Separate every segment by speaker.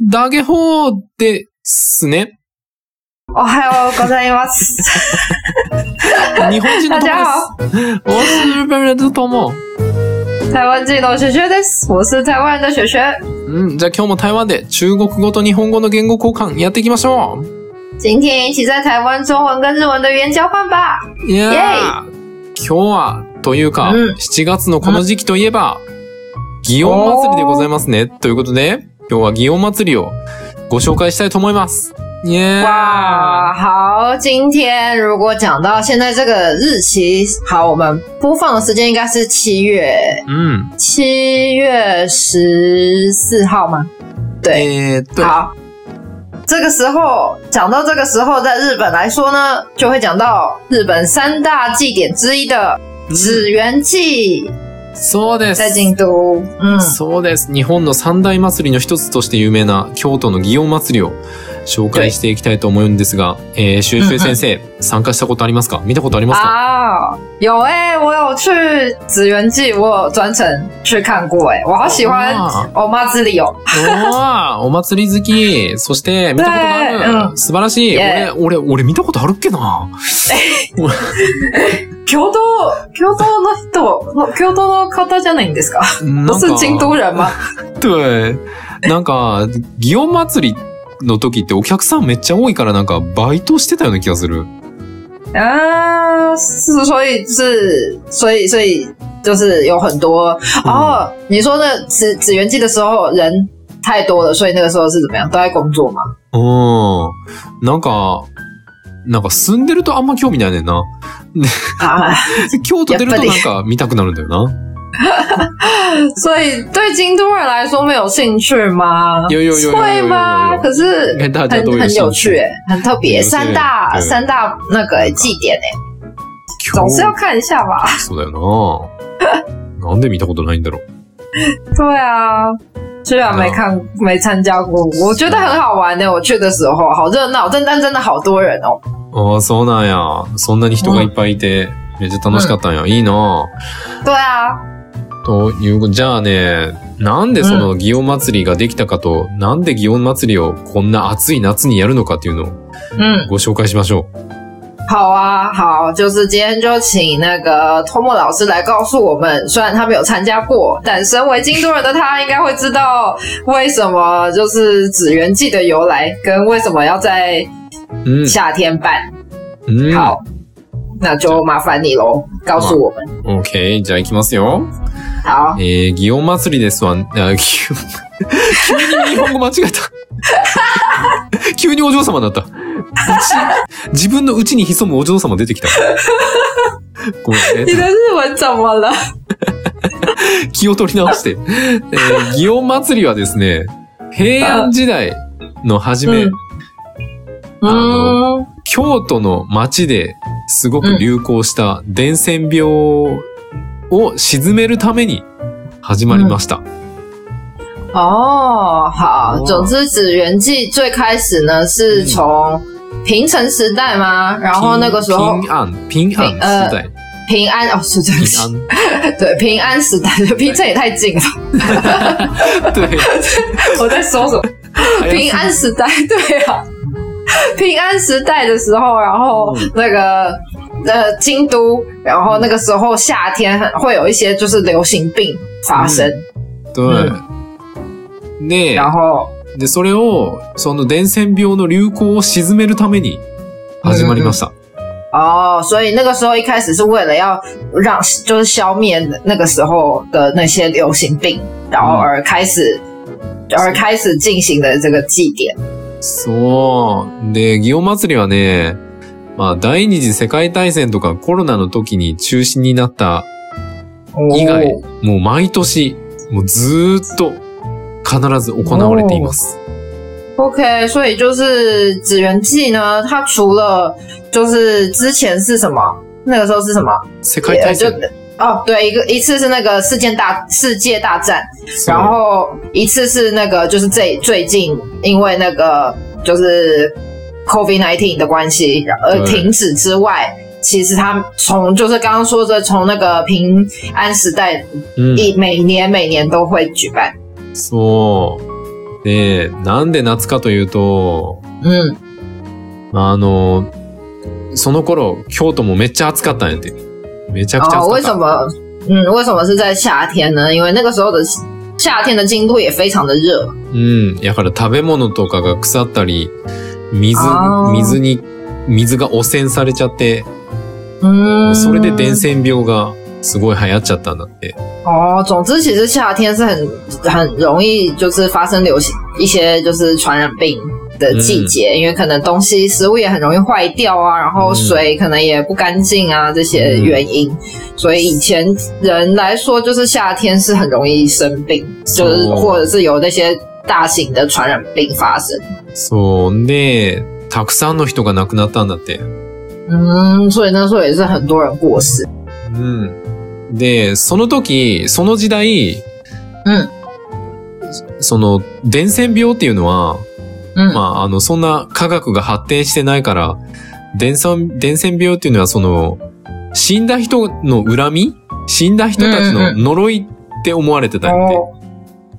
Speaker 1: だけほうですね。
Speaker 2: おはようございます。
Speaker 1: 日本人の
Speaker 2: 大
Speaker 1: 友で
Speaker 2: 家
Speaker 1: す。
Speaker 2: 好，
Speaker 1: 我是日本人的友。
Speaker 2: 台湾自动学学的，我是台湾的学学。
Speaker 1: うん、じゃあ今日も台湾で中国語と日本語の言語交換やっていきましょう
Speaker 2: 今天一起在台湾中文跟日文的语言交换吧。
Speaker 1: いやー今日は、というか、
Speaker 2: うん
Speaker 1: 7月のこの時期といえば、祇園祭りでございますね。ということで、今日は祇園祭りをご紹介したいと思います。いや
Speaker 2: 哇，好，今天如果讲到现在这个日期，好，我们播放的时间应该是七月
Speaker 1: ーうん。
Speaker 2: 七月十四号吗？
Speaker 1: えー、
Speaker 2: 对，
Speaker 1: っと、
Speaker 2: 好。这个时候讲到这个时候，在日本来说呢，就会讲到日本三大祭典之一的
Speaker 1: うん
Speaker 2: 紫元祭，
Speaker 1: そうです。
Speaker 2: 在京都。嗯，
Speaker 1: そうです。日本の三大祭りの一つとして有名な京都の祇園祭りを紹介していきたいと思うんですが、えー、シュエシュエ先生、参加したことありますか見たことありますか
Speaker 2: 啊，有哎、我有去紫元祭，我有专程去看过哎、我好喜欢
Speaker 1: 哇
Speaker 2: 欧妈之里哦。
Speaker 1: おーお祭り好き。そして、見たことがある。
Speaker 2: う
Speaker 1: 素晴らしい。
Speaker 2: イェ
Speaker 1: 俺、俺、俺見たことあるっけな
Speaker 2: 京都京都の人京都の方じゃないんですか？
Speaker 1: な
Speaker 2: 不
Speaker 1: ん
Speaker 2: 是
Speaker 1: か、
Speaker 2: 京都人吗？
Speaker 1: 对なんか、祇園祭りの時ってお客さんめっちゃ多いからなんかバイトしてたような気がする。
Speaker 2: 啊，是，所以是，所以所以就是有很多、哦。你说那紫紫元祭的时候人太多了，所以那个时候是怎么样？都在工作吗？
Speaker 1: うん。なんか、なんか住んでるとあんま興味ないねんな。
Speaker 2: 啊，
Speaker 1: 京都出ると
Speaker 2: やっぱり
Speaker 1: なんか見たくなるんだよな。
Speaker 2: 所以对京都人来说没有兴趣吗？
Speaker 1: 有有有有有有
Speaker 2: 会吗？
Speaker 1: 有有
Speaker 2: 可是
Speaker 1: え、大家都
Speaker 2: 很
Speaker 1: 有
Speaker 2: 很有
Speaker 1: 兴
Speaker 2: 趣、
Speaker 1: 趣。
Speaker 2: 欸，很特别。
Speaker 1: 有些
Speaker 2: 三大
Speaker 1: 对哦
Speaker 2: 三大那个、欸、祭典哎、
Speaker 1: 京
Speaker 2: 总是要看一下吧。
Speaker 1: そうだよな。なんで見たことないんだろう。
Speaker 2: 对啊，虽然没
Speaker 1: 哦
Speaker 2: 看、没参加过，我觉得很好玩欸的、我去的时候好热闹，但但真的好多人哦、
Speaker 1: ああ、そうなんや。そんなに人がいっぱいいて、めっちゃ楽しかったんや。いいな。
Speaker 2: 对啊，
Speaker 1: ということじゃあね、なんでその祇園祭りができたかと、なんで祇園祭りをこんな暑い夏にやるのかっていうのを
Speaker 2: 嗯。
Speaker 1: ご紹介しましょう。
Speaker 2: 好啊，好，就是今天就请那个托莫老师来告诉我们，虽然他没有参加过，但身为京都人的他应该会知道为什么就是紫元祭的由来，跟为什么要在
Speaker 1: うん。
Speaker 2: 夏天办。
Speaker 1: うん。
Speaker 2: 好，那就麻烦你喽，告诉我们。
Speaker 1: OK。じゃあ行きますよ。
Speaker 2: 好，
Speaker 1: えー、祇園祭りですわ。あ、祇園 急に日本語間違えた。 急にお嬢様だった。うち自分の内に潜むお嬢様出てきた。ごめんね。
Speaker 2: 你 的日文怎么了？
Speaker 1: 気を取り直して。えー、祇園祭りはですね、平安時代の初め、
Speaker 2: うん嗯，
Speaker 1: 京都の町ですごく流行した伝染病を沈めるために始まりました。
Speaker 2: 哦，好
Speaker 1: 哦，
Speaker 2: 总之紫元祭最开始呢是从平成时代吗？然后那个时候
Speaker 1: 平安、平安時代。
Speaker 2: 平安哦，是这样
Speaker 1: 平
Speaker 2: 子。
Speaker 1: 安。
Speaker 2: 对，平安时代， 平这也太近了，
Speaker 1: 对，
Speaker 2: 我在说什么？平安时代， 对啊，平安时代的时候，然后
Speaker 1: 嗯
Speaker 2: 那个呃京都，然后那个时候夏天很会有一些就是流行病发生，
Speaker 1: 嗯对。で
Speaker 2: 然后
Speaker 1: で、それを、その伝染病の流行を鎮めるために始まりました。
Speaker 2: 哦，所以那个时候一开始是为了要让就是消灭那个时候的那些流行病，然
Speaker 1: 嗯
Speaker 2: 后而开始、而开始进行的这个祭典，
Speaker 1: そう。で、祇園祭りはね、まあ、第二次世界大戦とかコロナの時に中止になった以外、
Speaker 2: 哦
Speaker 1: もう毎年、もうずーっと必ず行われています。
Speaker 2: OK，所以就是紫元祭呢，它除了就是之前是什么，那个时候是什么？
Speaker 1: 世界大
Speaker 2: 就
Speaker 1: 戦。
Speaker 2: 哦，对，一个一次是那个世界大世界大战，
Speaker 1: そう
Speaker 2: 然后一次是那个就是最最近因为那个就是 COVID nineteen 的关系然而
Speaker 1: 对
Speaker 2: 停止之外。其实它从就是刚刚说的，从那个平安时代
Speaker 1: うん
Speaker 2: 一每年每年都会举办，
Speaker 1: そう。で、なんで夏かというと、
Speaker 2: うん。
Speaker 1: あの、その頃、京都もめっちゃ暑かったんやって。めちゃくちゃ
Speaker 2: 哦，
Speaker 1: 暑か
Speaker 2: 为
Speaker 1: った。
Speaker 2: 什么？嗯，为什么是在夏天呢？因为那个时候的夏天的京都也非常的热。
Speaker 1: うん。だから食べ物とかが腐ったり、水
Speaker 2: あー、
Speaker 1: 水に、水が汚染されちゃって、
Speaker 2: 嗯，
Speaker 1: それで伝染病がすごい流行っちゃったんだって。
Speaker 2: 哦，总之其实夏天是很很容易就是发生流行一些就是传染病的季节，因为可能东西食物也很容易坏掉啊，然后
Speaker 1: 嗯
Speaker 2: 水可能也不干净啊这些
Speaker 1: 嗯
Speaker 2: 原因，所以以前人来说就是夏天是很容易生病，就是
Speaker 1: 哦
Speaker 2: 或者是有那些大型的传染病发生。
Speaker 1: そう。んで、たくさんの人が亡くなったんだって。
Speaker 2: 嗯，所以那时候也是很多人过世。
Speaker 1: うん。で、その時、その時代、
Speaker 2: 嗯
Speaker 1: その、伝染病っていうのは、
Speaker 2: 嗯，
Speaker 1: まあ、あの、そんな科学が発展してないから、伝染、伝染病っていうのはその、死んだ人の恨み死んだ人たちの呪いって思われてたんで。
Speaker 2: 哦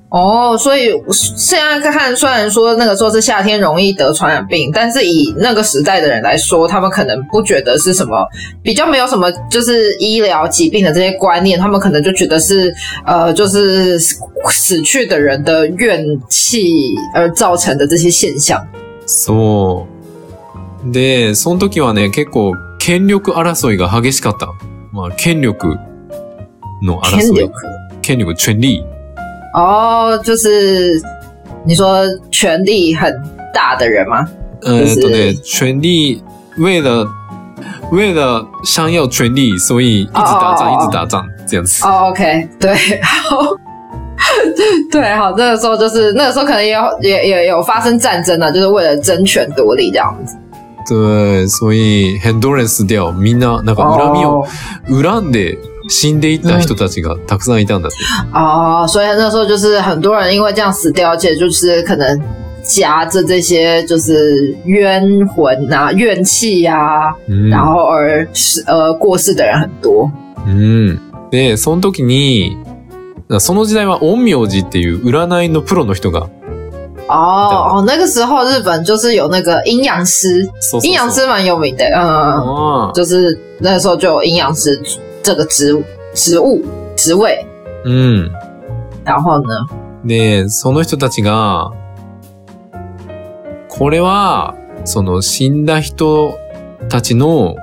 Speaker 2: 哦，所以现在看，虽然说那个时候是夏天容易得传染病，但是以那个时代的人来说，他们可能不觉得是什么比较没有什么就是医疗疾病的这些观念，他们可能就觉得是呃就是死死去的人的怨气而造成的这些现象。
Speaker 1: そう。で、その時はね、結構、権力争いが激しかった。まあ、権力の
Speaker 2: 天
Speaker 1: 争
Speaker 2: 流
Speaker 1: い。権力、权力。
Speaker 2: 哦，就是你说权力很大的人吗？
Speaker 1: 呃，
Speaker 2: 是
Speaker 1: 对对，权力为了为了想要权力，所以一直打仗，
Speaker 2: 哦哦哦
Speaker 1: 一直打仗这样子。
Speaker 2: 哦、o k 对， 好，对，好，那个时候就是那个时候可能也有也也有发生战争了，啊就是为了争权夺利这样子。
Speaker 1: 对，所以很多人死掉，みんななんか恨みを
Speaker 2: 哦
Speaker 1: 恨んで死んでいった人たちがたくさんいたんだって。
Speaker 2: 哦，所以那时候就是很多人因为这样死掉，而且就是可能夹着这些就是冤魂啊、怨气呀、啊，
Speaker 1: うん
Speaker 2: 然后而是呃过世的人很多。
Speaker 1: うん。で、その時に。その時代は陰陽師っていう占いのプロの人が、
Speaker 2: 哦哦，那个时候日本就是有那个阴阳师，
Speaker 1: そうそう
Speaker 2: 阴阳
Speaker 1: そう。
Speaker 2: 师蛮有名的，嗯。
Speaker 1: ああ
Speaker 2: 就是那时候就有营养师这个职职务职位，
Speaker 1: うん。
Speaker 2: 然后呢，
Speaker 1: で、その人たちが、これは、その死んだ人たちの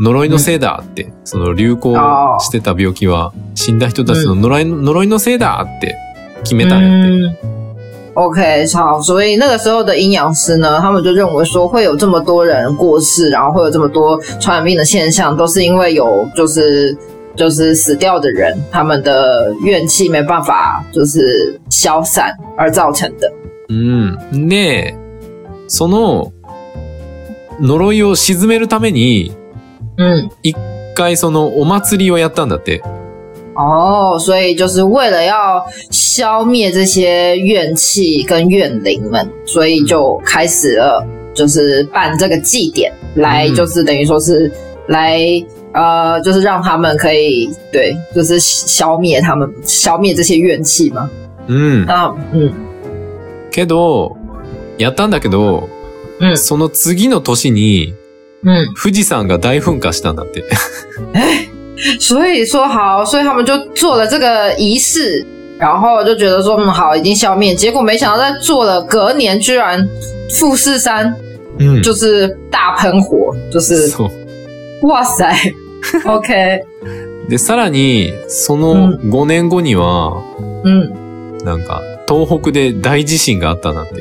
Speaker 1: 呪いのせいだって、その流行してた病気は死んだ人たちの呪い,、呪いのせいだって決めたんやって。
Speaker 2: 嗯，OK，好，所以那个时候的阴阳师呢，他们就认为说会有这么多人过世，然后会有这么多传染病的现象，都是因为有就是就是死掉的人他们的怨气没办法就是消散而造成的。
Speaker 1: うん。で、その呪いを鎮めるために、
Speaker 2: 嗯，
Speaker 1: 一回そのお祭りをやったんだって。
Speaker 2: 哦，所以就是为了要消灭这些怨气跟怨灵们，所以就开始了，就是办这个祭典，来
Speaker 1: 嗯
Speaker 2: 就是等于说是来呃，就是让他们可以对，就是消灭他们，消灭这些怨气嘛。
Speaker 1: うん。
Speaker 2: 那嗯
Speaker 1: けど、やったんだけど、
Speaker 2: うん
Speaker 1: その次の年に
Speaker 2: 嗯，
Speaker 1: 富士山が大噴火したんだって。
Speaker 2: 所以说好，所以他们就做了这个仪式，然后就觉得说嗯好，已经消灭，结果没想到在做了隔年居然富士
Speaker 1: う
Speaker 2: 山。
Speaker 1: ん
Speaker 2: 就是大喷火， 就是
Speaker 1: そ
Speaker 2: 哇塞，OK，
Speaker 1: う。で、さらに、その5年後には、
Speaker 2: 嗯，
Speaker 1: なんか、東北で大地震があったなんて。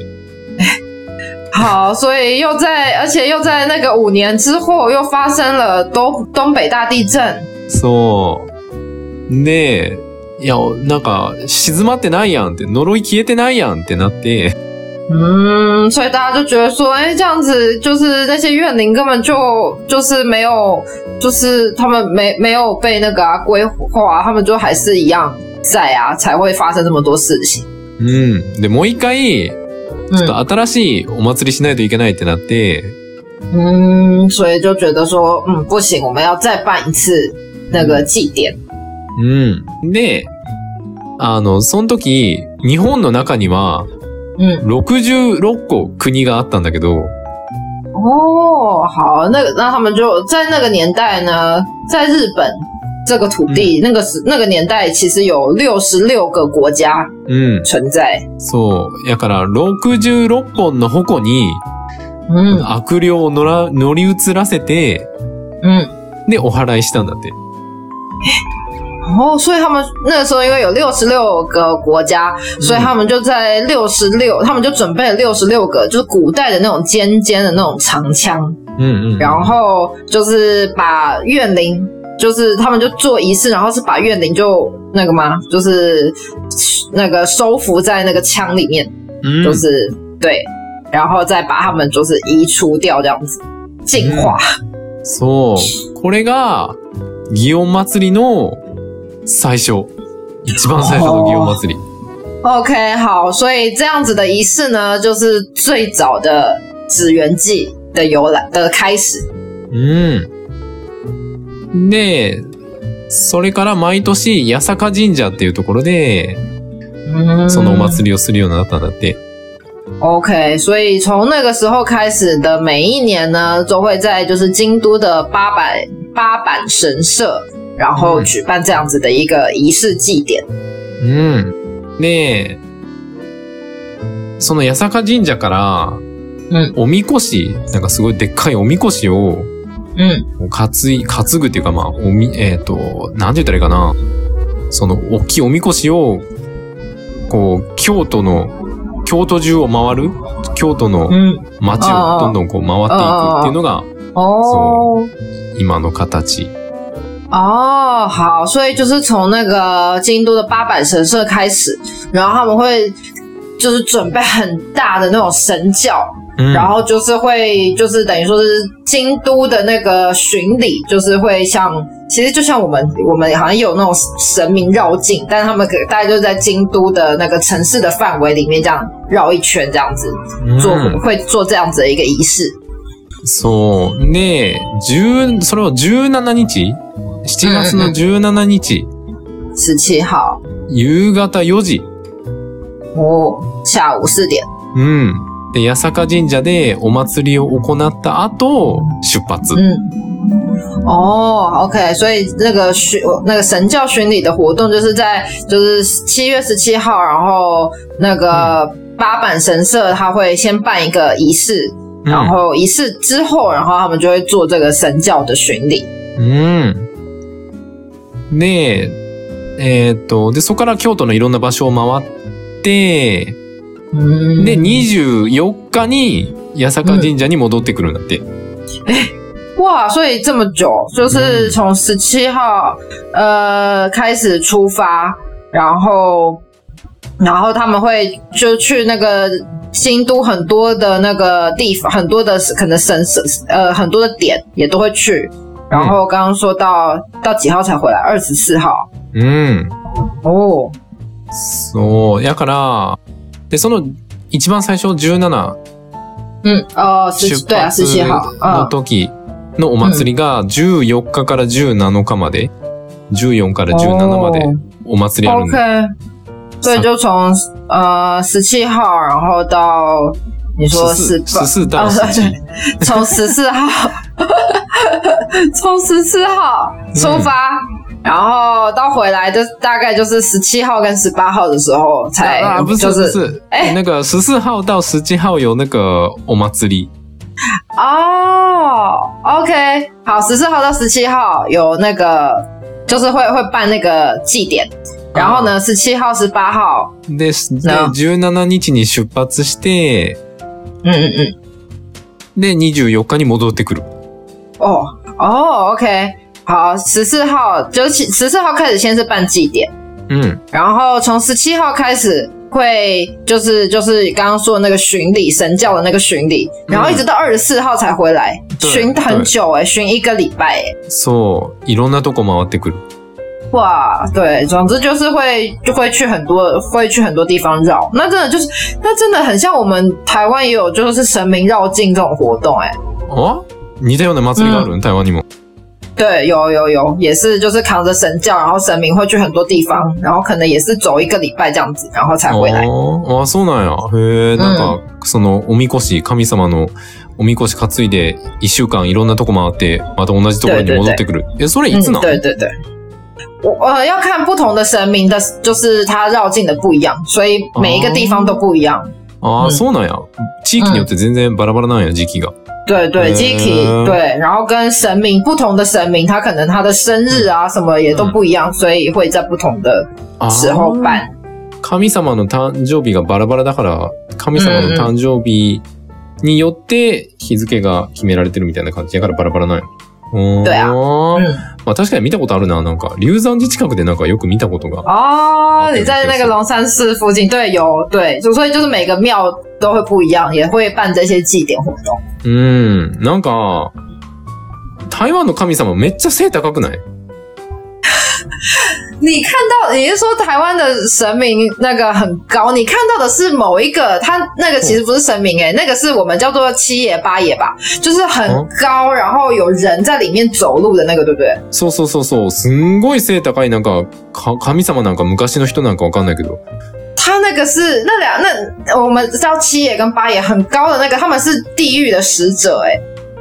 Speaker 2: 好，所以又在，而且又在那个五年之后又发生了东东北大地震，
Speaker 1: そう。で、いや、なんか、静まってないやんって、呪い消えてないやんってなって、
Speaker 2: 嗯，所以大家就觉得说，哎、这样子就是那些怨灵根本就就是没有，就是他们没没有被那个啊规划、他们就还是一样在啊，才会发生这么多事情，
Speaker 1: うん。で、もう一回、ちょっと新しいお祭りしないといけないってなって、
Speaker 2: 嗯，所以就觉得说，嗯，不行，我们要再办一次那个祭典。
Speaker 1: うん。で、あの、その時、日本の中には、
Speaker 2: 嗯，
Speaker 1: 66個国があったんだけど、
Speaker 2: 哦，好，那个那他们就在那个年代呢，在日本这个土地，那个时那个年代其实有六十六个国家
Speaker 1: うん、
Speaker 2: 存在。
Speaker 1: そう。やから、66本の矛に
Speaker 2: 嗯
Speaker 1: 悪霊を乗ら乗り移らせて、
Speaker 2: 嗯，
Speaker 1: で、お祓いしたんだって。
Speaker 2: 哦，所以他们那个时候因为有六十六个国家，所以他们就在六十六，他们就准备了六十六个，就是古代的那种尖尖的那种长枪，
Speaker 1: うんうん。
Speaker 2: 然后就是把怨灵，就是他们就做仪式，然后是把怨灵就那个吗？就是那个收服在那个枪里面，
Speaker 1: うん
Speaker 2: 就是、对，然后再把他们就是移除掉这样子，净化。
Speaker 1: そう。これが、祇園祭りの最初。一番最初の祇園祭り。
Speaker 2: OK，好，所以这样子的仪式呢，就是最早的紫元祭的由来的开始。
Speaker 1: うん。で、それから毎年、八坂神社っていうところで、
Speaker 2: 嗯
Speaker 1: そのお祭りをするようになったんだって。
Speaker 2: OK，所以从那个时候开始的每一年呢，都会在就是京都的八坂八坂神社，然后
Speaker 1: 嗯
Speaker 2: 举办这样子的一个仪式祭典。
Speaker 1: うん。で、その八坂神社から、
Speaker 2: うん
Speaker 1: おみこし、なんかすごいでっかいおみこしを、
Speaker 2: 嗯
Speaker 1: 担い、担ぐっていうか、まあ、おみ、えっ、と、なんて言ったらいいかな。その、大きいおみこしを、こう、京都の、京都中を回る京都の
Speaker 2: 嗯，
Speaker 1: 街を
Speaker 2: ああ
Speaker 1: どんどんこう回っていくっていうのが、
Speaker 2: 哦
Speaker 1: 今の形。
Speaker 2: 哦，好，所以就是从那个京都的八坂神社开始，然后他们会就是准备很大的那种神教，
Speaker 1: うん
Speaker 2: 然后就是会就是等于说是京都的那个巡礼，就是会像其实就像我们我们好像有那种神明绕境，但是他们可大概就是在京都的那个城市的范围里面这样绕一圈这样子做、
Speaker 1: うん
Speaker 2: 会做这样子的一个仪式。
Speaker 1: そう。で、10それを17日 ?7 月の17日、
Speaker 2: 十七号
Speaker 1: 夕方4時。
Speaker 2: 哦，下午四点，
Speaker 1: うん。で、八坂神社でお祭りを行った後、出発。
Speaker 2: 嗯。哦、o k 所以那个巡那个神教巡礼的活动就是在就是七月十七号，然后那个八坂神社他会先办一个仪式，
Speaker 1: うん
Speaker 2: 然后仪式之后，然后他们就会做这个神教的巡礼。
Speaker 1: うん。で、えーっと、で、そこから京都のいろんな場所を回って、
Speaker 2: 嗯
Speaker 1: で、24日に八坂神社に戻ってくるんだって。
Speaker 2: 哇，所以这么久，就是从十七号、呃开始出发，然后然后他们会就去那个京都很多的那个地方，很多的可能神神呃很多的点也都会去。然后刚刚说到到几号才回来？二十四号
Speaker 1: うん。
Speaker 2: 哦，
Speaker 1: そう。やから、で、その、一番最初17
Speaker 2: 嗯，呃，十
Speaker 1: 出
Speaker 2: 对啊，十
Speaker 1: 発
Speaker 2: 七号，
Speaker 1: の
Speaker 2: 嗯
Speaker 1: 時のお祭りが14日から17日まで、14から17まで
Speaker 2: 哦
Speaker 1: お祭りあるんだ
Speaker 2: OK，所以就从呃十七号，然后到你说十
Speaker 1: 14 14到17
Speaker 2: 从十四号， 从十四号出发，
Speaker 1: 嗯
Speaker 2: 然后到回来就大概就是十七号跟十八号的时候才
Speaker 1: 啊，不是
Speaker 2: 就
Speaker 1: 不是，
Speaker 2: 哎
Speaker 1: 那个十四号到十七号有那个お祭り，
Speaker 2: 哦，OK，好，十四号到十七号有那个就是会会办那个祭典，然后
Speaker 1: 啊
Speaker 2: 呢十七号十八号，
Speaker 1: で、しで
Speaker 2: な
Speaker 1: 17日に出発して、
Speaker 2: 嗯嗯嗯。
Speaker 1: で、24日に戻ってくる。
Speaker 2: 哦哦，OK，好，十四号就是十四号开始先是办祭典，
Speaker 1: 嗯
Speaker 2: 然后从十七号开始会就是就是刚刚说的那个巡礼神教的那个巡礼，然后一直到二十四号才回来，
Speaker 1: 对
Speaker 2: 巡很久哎、巡一个礼拜哎、
Speaker 1: そう、いろんなとこ回ってくる。
Speaker 2: 哇，对，总之就是会就会去很多会去很多地方绕，那真的就是那真的很像我们台湾也有就是神明绕境这种活动哎、
Speaker 1: あ似たような祭りがある、台湾にも。
Speaker 2: 对，有有有，也是就是扛着神教，然后神明会去很多地方，然后可能也是走一个礼拜这样子，然后才回来。
Speaker 1: ああ、そうなんや。へえ、なんか、その、おみこし、神様のおみこし担いで、一週間いろんなとこ回って、また同じところに戻ってくる。え、それいつなの
Speaker 2: 嗯，对对对。我呃要看不同的神明的，就是他绕境的不一样，所以每一个地方都不一样。
Speaker 1: ああ、
Speaker 2: うん
Speaker 1: そうなんや。地域によって全然バラバラなんや、時期が。
Speaker 2: 对对
Speaker 1: 嗯
Speaker 2: ，Jiki 对，然后跟神明不同的神明，他可能他的生日啊什么也都不一样，所以会在不同的
Speaker 1: あ
Speaker 2: 时候办。
Speaker 1: 神様の誕生日がバラバラだから、神様の誕生日によって日付が決められてるみたいな感じだからバラバラなんや。うーん
Speaker 2: どや嗯，
Speaker 1: まあ確かに見たことあるな。なんか、龍山寺近くでなんかよく見たことが。
Speaker 2: 哦，
Speaker 1: OK，
Speaker 2: 你在那
Speaker 1: 就是
Speaker 2: 个龙山寺附近，对，有对，就所以就是每个庙都会不一样，也会办这些祭典活动。
Speaker 1: うん。なんか、台湾の神様めっちゃ背高くない
Speaker 2: 你看到你是说台湾的神明那个很高，你看到的是某一个，他那个其实不是神明诶、那个是我们叫做七爷八爷吧，就是很
Speaker 1: 哦
Speaker 2: 高，然后有人在里面走路的那个，对不对？
Speaker 1: そうそうそうそう。すんごい背高いなんか、か神様なんか昔の人なんかわかんないけど。
Speaker 2: 他那个是那两那我们知道七爷跟八爷很高的那个，他们是地狱的使者、欸，哎，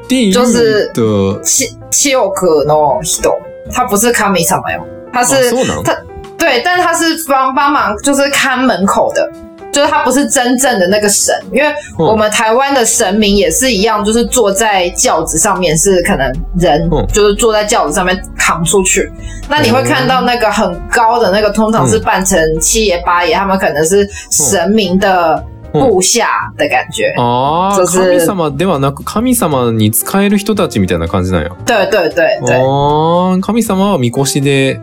Speaker 1: で、言
Speaker 2: 就是
Speaker 1: うと、
Speaker 2: 七七有可诺西斗，他不是卡米萨没有，哦他
Speaker 1: あ、
Speaker 2: 是
Speaker 1: そうなの
Speaker 2: 他对，但是他是帮帮忙就是看门口的，就是他不是真正的那个神，因为
Speaker 1: 嗯
Speaker 2: 我们台湾的神明也是一样，就是坐在轿子上面，是可能人
Speaker 1: 嗯
Speaker 2: 就是坐在轿子上面扛出去。那你会看到那个很高的那个，通常是扮成七爷八爷，他们可能是神明的部下的感觉。
Speaker 1: 嗯哦ああ、
Speaker 2: そうそう
Speaker 1: 神様ではなく神様に仕える人たちみたいな感じなんや。
Speaker 2: 对对对对，
Speaker 1: 哦ああ、神様はみこしで、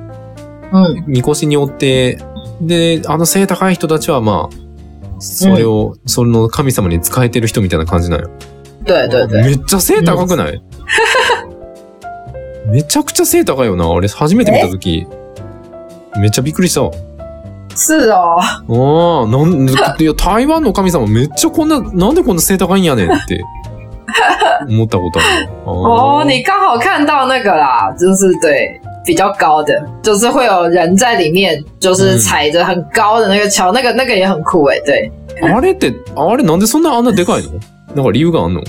Speaker 2: 嗯，
Speaker 1: みこしによって、で、あの背高い人たちはまあ、それを、その神様に仕えてる人みたいな感じなんや。
Speaker 2: 对对对。
Speaker 1: めっちゃ背高くないめちゃくちゃ背高いよな。俺初めて見たとき、めっちゃびっくりした。
Speaker 2: 是哦，
Speaker 1: ああ、なん、いや、台湾の神様めっちゃこんな、なんでこんな背高いんやねんって、思ったことある。
Speaker 2: 哦，你刚好看到那个啦，就是对比较高的，就是会有人在里面，就是踩着很高的那个桥，那个那个也很酷哎、对
Speaker 1: あれって、あれなんでそんなあんなでかいのなんか理由があんの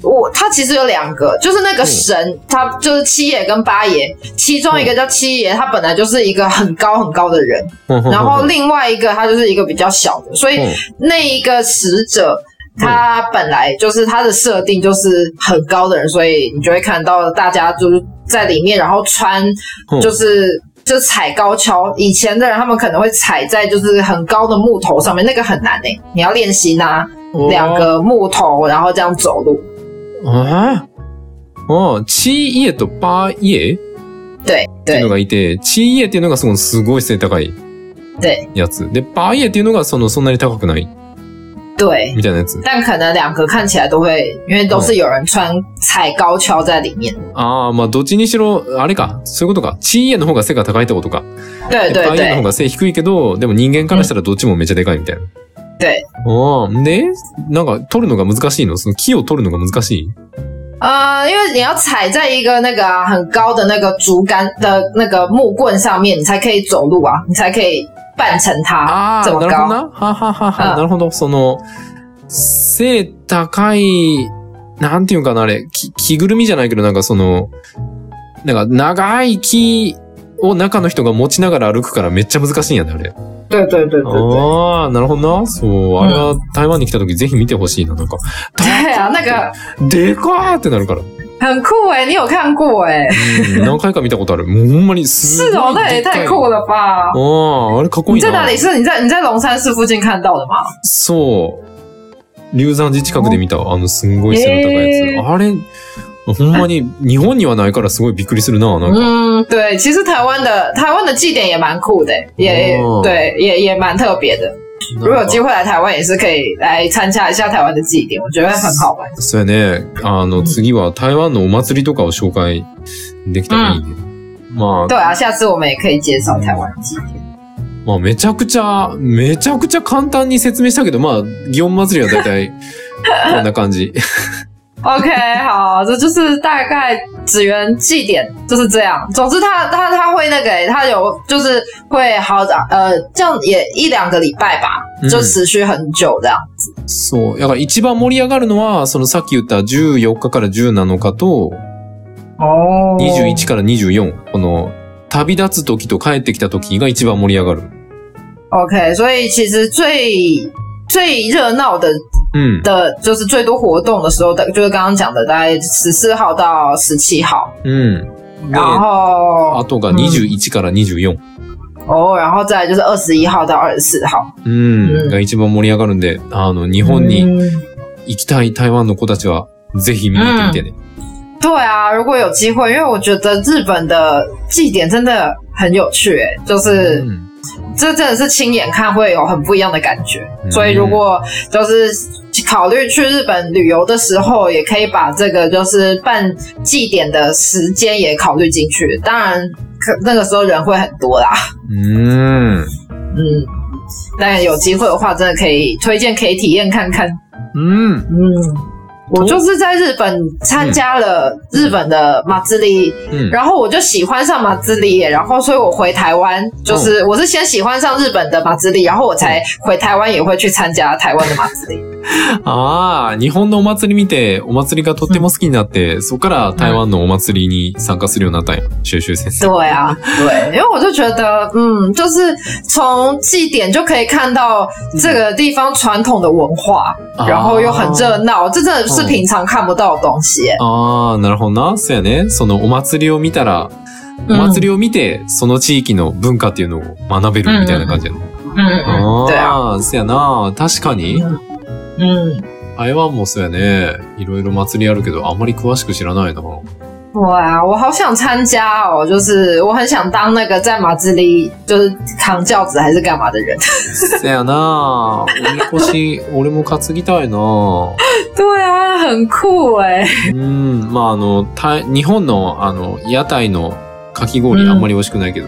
Speaker 2: 我它其实有两个，就是那个神，他就是七爷跟八爷，其中一个叫七爷，他本来就是一个很高很高的人， 然后另外一个他就是一个比较小的，所以那一个使者。他本来就是他的设定就是很高的人，所以你就会看到大家就是在里面，然后穿
Speaker 1: 嗯
Speaker 2: 就是就踩高跷。以前的人他们可能会踩在就是很高的木头上面，那个很难诶、你要练习拿
Speaker 1: 哦
Speaker 2: 两个木头，然后这样走路。
Speaker 1: ああ、チーイエとパーイエっ
Speaker 2: 对
Speaker 1: ていう
Speaker 2: 对
Speaker 1: のがいて、チーイエっていうのがすごいすごい背高い
Speaker 2: 对
Speaker 1: やつ。で、パーイエっていうのがそのそんなに高くない
Speaker 2: 对，
Speaker 1: みたいなやつ。
Speaker 2: 但可能两个看起来都会，因为都是有人穿踩高跷在里面。
Speaker 1: ああ、まあどっちにしろ、あれか、そういうことか。チーイエの方が背が高いってことか。で
Speaker 2: 对对
Speaker 1: パイエの方
Speaker 2: 对
Speaker 1: が背低いけど、でも人間からしたらどっちもめっちゃでかいみたいな。
Speaker 2: 对，
Speaker 1: ああ、で、なんか取るのが難しいのその木を取るのが難しい
Speaker 2: 呃，因为你要踩在一个那个啊、很高的那个竹竿的那个木棍上面，你才可以走路啊，你才可以扮成它。
Speaker 1: あ
Speaker 2: 怎
Speaker 1: あ、
Speaker 2: 么
Speaker 1: なるほど
Speaker 2: 搞
Speaker 1: な。はははは
Speaker 2: うん
Speaker 1: なるほど。その、背高い、なんていうんかな、あれ、き着ぐるみじゃないけど、なんかその、なんか長い木を中の人が持ちながら歩くからめっちゃ難しいんやね、あれ。
Speaker 2: 对对对对对。
Speaker 1: ああ、なるほどな。そう、あれは台湾に来た時ぜひ見てほしいな、なんか。
Speaker 2: 对啊，那个
Speaker 1: でかーってなるから。
Speaker 2: 很酷哎、你有看过哎、
Speaker 1: うん、何回か見たことある。もうほんまにすごい
Speaker 2: 是哦，那
Speaker 1: で
Speaker 2: 也
Speaker 1: かい
Speaker 2: 太酷了吧！
Speaker 1: ああ、あれかっこい
Speaker 2: 你
Speaker 1: いな。
Speaker 2: 在哪里？是你在你在龙山寺附近看到的吗？
Speaker 1: そう。龍山寺近くで見た、あの、すんごい背の高い
Speaker 2: え
Speaker 1: やつ。あれ、ほんまに、日本にはないからすごいびっくりするな、なんか。
Speaker 2: 嗯，对，其实台湾的台湾的祭典也蛮酷的、也、
Speaker 1: 哦
Speaker 2: 对，也也蛮特别的。如果有机会来台湾，也是可以来参加一下台湾的祭典，我觉得很好玩。
Speaker 1: そうやね。あの、次は台湾のお祭りとかを紹介できたらいいね。まあ、
Speaker 2: 对啊，下次我们也可以介绍台湾的祭典。
Speaker 1: まあ、めちゃくちゃ、めち ゃくちゃ簡単に説明したけど、まあ、祇園祭りは大体、こんな感じ。
Speaker 2: OK，好， 这就是大概紫源祭典就是这样。总之他，他他会那个、欸，他有就是会好呃，这样也一两个礼拜吧，就持续很久这样。
Speaker 1: そう。だから一番盛り上がるのは、そのさっき言った14日から17日と、
Speaker 2: 哦
Speaker 1: 21から24。この、旅立つ時と帰ってきた時が一番盛り上がる。
Speaker 2: OK，所以其实最最热闹的
Speaker 1: うん。
Speaker 2: 的，就是最多活动的时候，的就是刚刚讲的，大概十四号到十七号，
Speaker 1: うん。で、
Speaker 2: 然
Speaker 1: あ
Speaker 2: 后
Speaker 1: とが21から24。
Speaker 2: 哦，然后再来就是二十一号到二十四号。
Speaker 1: うん。が一番盛り上がるんで、あの、日本に
Speaker 2: 嗯
Speaker 1: 行きたい台湾の子たちは、ぜひ見に行ってみてね。
Speaker 2: 对啊，如果有机会，因为我觉得日本的祭典真的很有趣、欸，就是、
Speaker 1: うん。
Speaker 2: 这真的是亲眼看会有很不一样的感觉。
Speaker 1: 嗯
Speaker 2: 所以如果就是考虑去日本旅游的时候，也可以把这个就是办祭典的时间也考虑进去。当然，可那个时候人会很多啦，
Speaker 1: うん。
Speaker 2: 嗯。但有机会的话，真的可以推荐，可以体验看看。
Speaker 1: うん。
Speaker 2: 嗯，我就是在日本参加了日本的马自立，
Speaker 1: うん。
Speaker 2: 然后我就喜欢上马自立耶，然后所以我回台湾，就是、我是先喜欢上日本的马自立，然后我才回台湾也会去参加台湾的马自立。
Speaker 1: ああ、日本のお祭り見て、お祭りがとっても好きになって、そこから台湾のお祭りに参加するようになったんや。収集先生。
Speaker 2: 对啊，对，因为我就觉得，嗯，就是从祭典就可以看到这个地方传统的文化，然后又很热闹，这真的是平常看不到的东西耶。
Speaker 1: ああ、なるほどな。そうやね。そのお祭りを見たら、お
Speaker 2: うん
Speaker 1: 祭りを見て、その地域の文化っていうのを学べるみたいな感じやね。
Speaker 2: 嗯嗯，对
Speaker 1: あ
Speaker 2: 啊，
Speaker 1: あ、そうやな。確かに、
Speaker 2: 嗯。
Speaker 1: 台湾もそうやね。いろいろ祭りあるけど、あんまり詳しく知らないな。
Speaker 2: 哇、啊，我好想参加哦！就是我很想当那个在马自里就是扛轿子还是干嘛的人。
Speaker 1: そうやな。おみこし、俺も担ぎたいな。
Speaker 2: 对啊，很酷哎、
Speaker 1: うん、まああの、た日本のあの、屋台のかき氷
Speaker 2: うん
Speaker 1: あんまり美味しくないけど。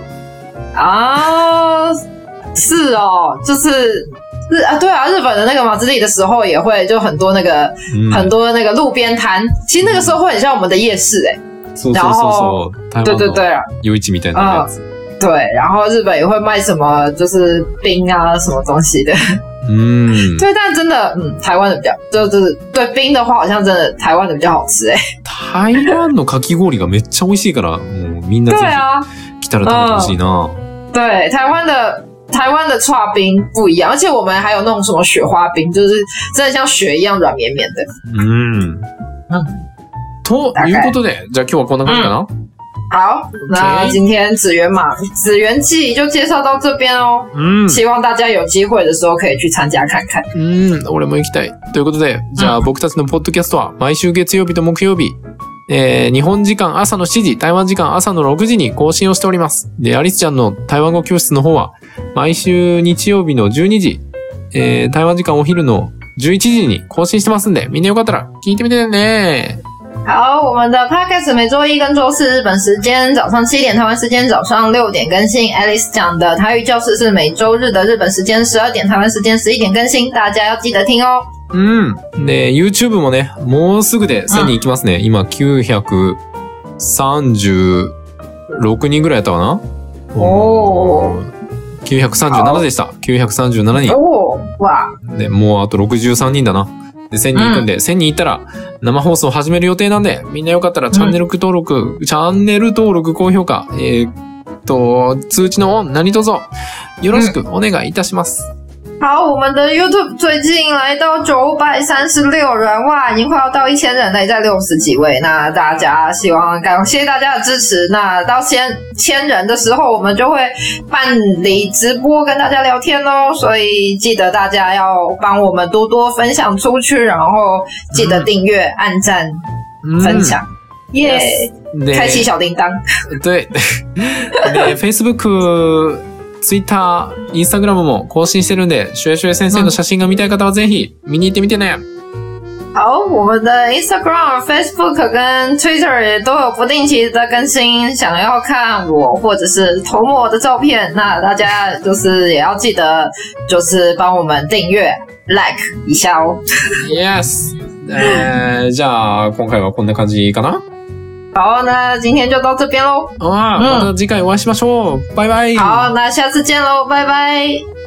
Speaker 2: 啊，是哦，就是日啊，对啊，日本的那个马自里的时候也会就很多那个、
Speaker 1: うん
Speaker 2: 很多那个路边摊，其实那个时候会很像我们的夜市哎、
Speaker 1: そうそうそうそう。台
Speaker 2: 对
Speaker 1: 湾
Speaker 2: 对
Speaker 1: の
Speaker 2: 对啊，
Speaker 1: 夜市みたいなやつ。
Speaker 2: 对，然后日本也会卖什么就是冰啊什么东西的。
Speaker 1: うん。
Speaker 2: 对，但真的，嗯，台湾的比较就是对冰的话，好像真的台湾的比较好吃哎、
Speaker 1: 台湾のかき氷がめっちゃ美味しいから、もうみんなぜ
Speaker 2: 对啊。
Speaker 1: ひ来たら食べてほしいな。
Speaker 2: 对，台湾的台湾的刨冰不一样，而且我们还有那种什么雪花冰，就是真的像雪一样软绵绵的。
Speaker 1: うん。ということで、じゃあ今日はこんな感じかな、
Speaker 2: 好，那今天紫源马紫源记就介绍到这边哦，
Speaker 1: うん、
Speaker 2: 希望大家有机会的时候可以去参加看看。
Speaker 1: うん、俺も行きたい。ということで、じゃあ僕たちのポッドキャストは毎週月曜日と木曜日、えー日本時間朝の7時、台湾時間朝の6時に更新をしております。で、アリスちゃんの台湾語教室の方は、毎週日曜日の12時、えー台湾時間お昼の11時に更新してますんで、みんなよかったら聞いてみてね。
Speaker 2: 好，我们的 podcast 每周一跟周四日本时间早上七点，台湾时间早上六点更新。Alice 讲的台语教室是每周日的日本时间十二点，台湾时间十一点更新，大家要记得听哦。
Speaker 1: うん。で、YouTube もね、もうすぐで1000人行きますね。今、936人ぐらいやったかな
Speaker 2: お
Speaker 1: ー。937でした。937人。
Speaker 2: 哦，哇，
Speaker 1: で、もうあと63人だな。で、1000人行くんで、1000人行ったら生放送始める予定なんで、みんなよかったらチャンネル登録、チャンネル登録、高評価、えーっと、通知のオン、何卒よろしくお願いいたします。
Speaker 2: 好，我们的 YouTube 最近来到九百三十六人，哇，已经快要到一千人了，也在六十几位。那大家希望感谢大家的支持。那到千千人的时候，我们就会办理直播跟大家聊天哦。所以记得大家要帮我们多多分享出去，然后记得订阅、按赞、
Speaker 1: うん
Speaker 2: 分享，耶、
Speaker 1: で
Speaker 2: 开启小铃铛。
Speaker 1: 对。で、Facebook、Twitter、Instagram も更新してるんで、シュエシュエ先生の写真が見たい方はぜひ見に行ってみてね。
Speaker 2: 好，我们的 Instagram、Facebook 跟 Twitter 也都有不定期的更新，想要看我或者是头目的照片，那大家就是也要记得，就是帮我们订阅、like 一下哦。
Speaker 1: Yes! えー、じゃあ、今回はこんな感じかな
Speaker 2: 好，那今天就到这边喽。
Speaker 1: ああ、
Speaker 2: うん
Speaker 1: また次回お会いしましょう。バイバイ。
Speaker 2: 好，那下次见喽，拜拜。